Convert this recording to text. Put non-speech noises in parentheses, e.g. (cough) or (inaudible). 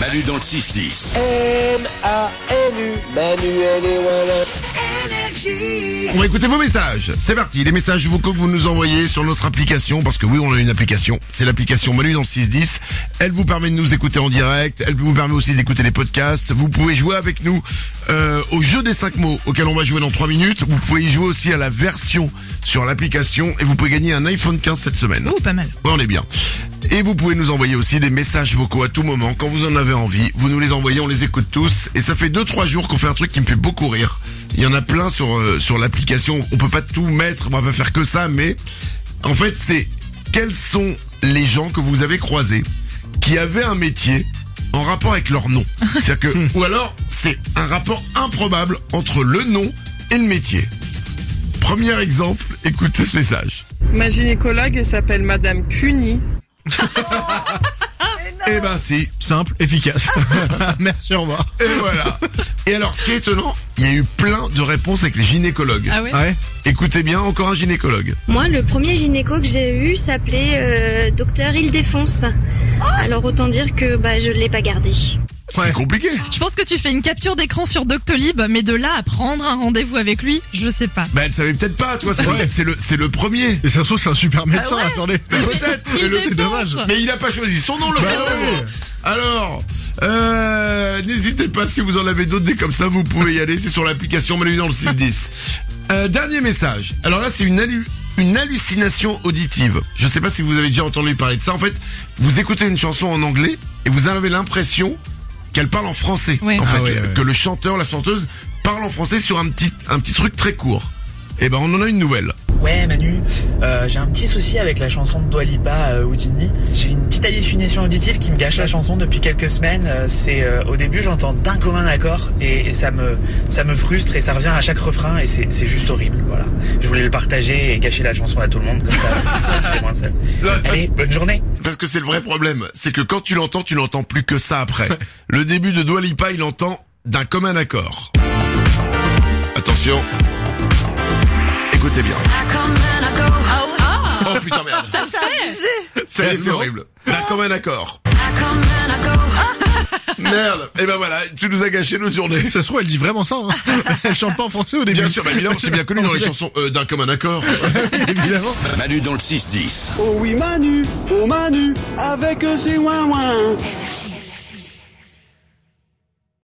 Manu dans le 6-10. M-A-N-U, Manuel et Wallin. On va écouter vos messages. C'est parti, les messages vocaux que vous nous envoyez sur notre application, parce que oui, on a une application. C'est l'application Manu dans le 610. Elle vous permet de nous écouter en direct. Elle vous permet aussi d'écouter les podcasts. Vous pouvez jouer avec nous euh, au jeu des 5 mots, auquel on va jouer dans 3 minutes. Vous pouvez y jouer aussi à la version sur l'application et vous pouvez gagner un iPhone 15 cette semaine. Oh, pas mal. Ouais, on est bien. Et vous pouvez nous envoyer aussi des messages vocaux à tout moment, quand vous en avez envie. Vous nous les envoyez, on les écoute tous. Et ça fait 2-3 jours qu'on fait un truc qui me fait beaucoup rire. Il y en a plein sur, euh, sur l'application. On peut pas tout mettre, on va pas faire que ça, mais en fait, c'est quels sont les gens que vous avez croisés qui avaient un métier en rapport avec leur nom. C'est-à-dire que, ou alors, c'est un rapport improbable entre le nom et le métier. Premier exemple, écoutez ce message. Ma gynécologue s'appelle Madame Cuny. Eh ben si, Simple, efficace. (laughs) Merci, au revoir. Et voilà. Et alors, ce qui est étonnant, il y a eu plein de réponses avec les gynécologues. Ah ouais Écoutez bien, encore un gynécologue. Moi, le premier gynéco que j'ai eu s'appelait euh, Docteur Ildefonse. Alors autant dire que bah, je ne l'ai pas gardé. C'est compliqué. Je pense que tu fais une capture d'écran sur Doctolib, mais de là à prendre un rendez-vous avec lui, je sais pas. Bah, elle savait peut-être pas, toi. C'est c'est le, c'est le premier. Et ça se trouve, c'est un super médecin, Ah ouais. attendez. Peut-être. Il mais le- défonce. dommage. Mais il a pas choisi son nom, le Bah prénom. ouais. Alors, euh, n'hésitez pas si vous en avez d'autres des comme ça, vous pouvez y aller. C'est sur l'application Manu dans le 610. Euh, dernier message. Alors là, c'est une hallu- une hallucination auditive. Je sais pas si vous avez déjà entendu parler de ça. En fait, vous écoutez une chanson en anglais et vous avez l'impression qu'elle parle en français. Ouais. En fait, Ah ouais, ouais. que le chanteur, la chanteuse parle en français sur un petit un petit truc très court. Et ben, on en a une nouvelle. Ouais Manu, euh, j'ai un petit souci avec la chanson de Dwalipa euh, Houdini. J'ai une petite hallucination auditive qui me gâche la chanson depuis quelques semaines. Euh, c'est euh, au début j'entends d'un commun accord et, et ça me ça me frustre et ça revient à chaque refrain et c'est c'est juste horrible. Voilà. Je voulais le partager et gâcher la chanson à tout le monde comme ça. (laughs) ça serait moins seul. Allez, bonne journée. Parce que c'est le vrai problème, c'est que quand tu l'entends, tu n'entends plus que (laughs) ça après. le début de Dua Lipa, il entend d'un commun accord. Attention. Écoutez bien. Oh putain merde. Ah Ça, c'est abusé. Ça y est, c'est Tellement. horrible. D'un commun accord. (laughs) Merde. Et ben voilà, tu nous as gâché nos journées. Ça se trouve, elle dit vraiment ça. (laughs) Hein. Elle chante pas en français au début. Bien sûr, bah évidemment, c'est bien connu (laughs) dans les chansons euh, d'un commun accord. Évidemment. Manu dans le 6-10. Oh oui Manu, oh Manu, avec ses ouin-ouin.